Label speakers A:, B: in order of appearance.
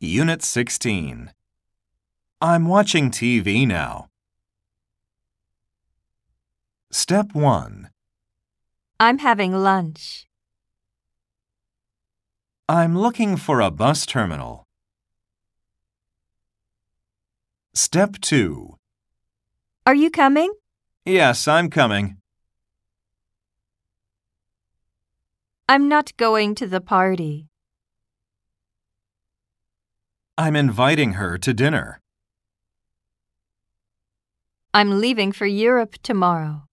A: Unit 16. I'm watching TV now. Step 1.
B: I'm having lunch.
A: I'm looking for a bus terminal. Step 2.
B: Are you coming?
A: Yes, I'm coming.
B: I'm not going to the party.
A: I'm inviting her to dinner.
B: I'm leaving for Europe tomorrow.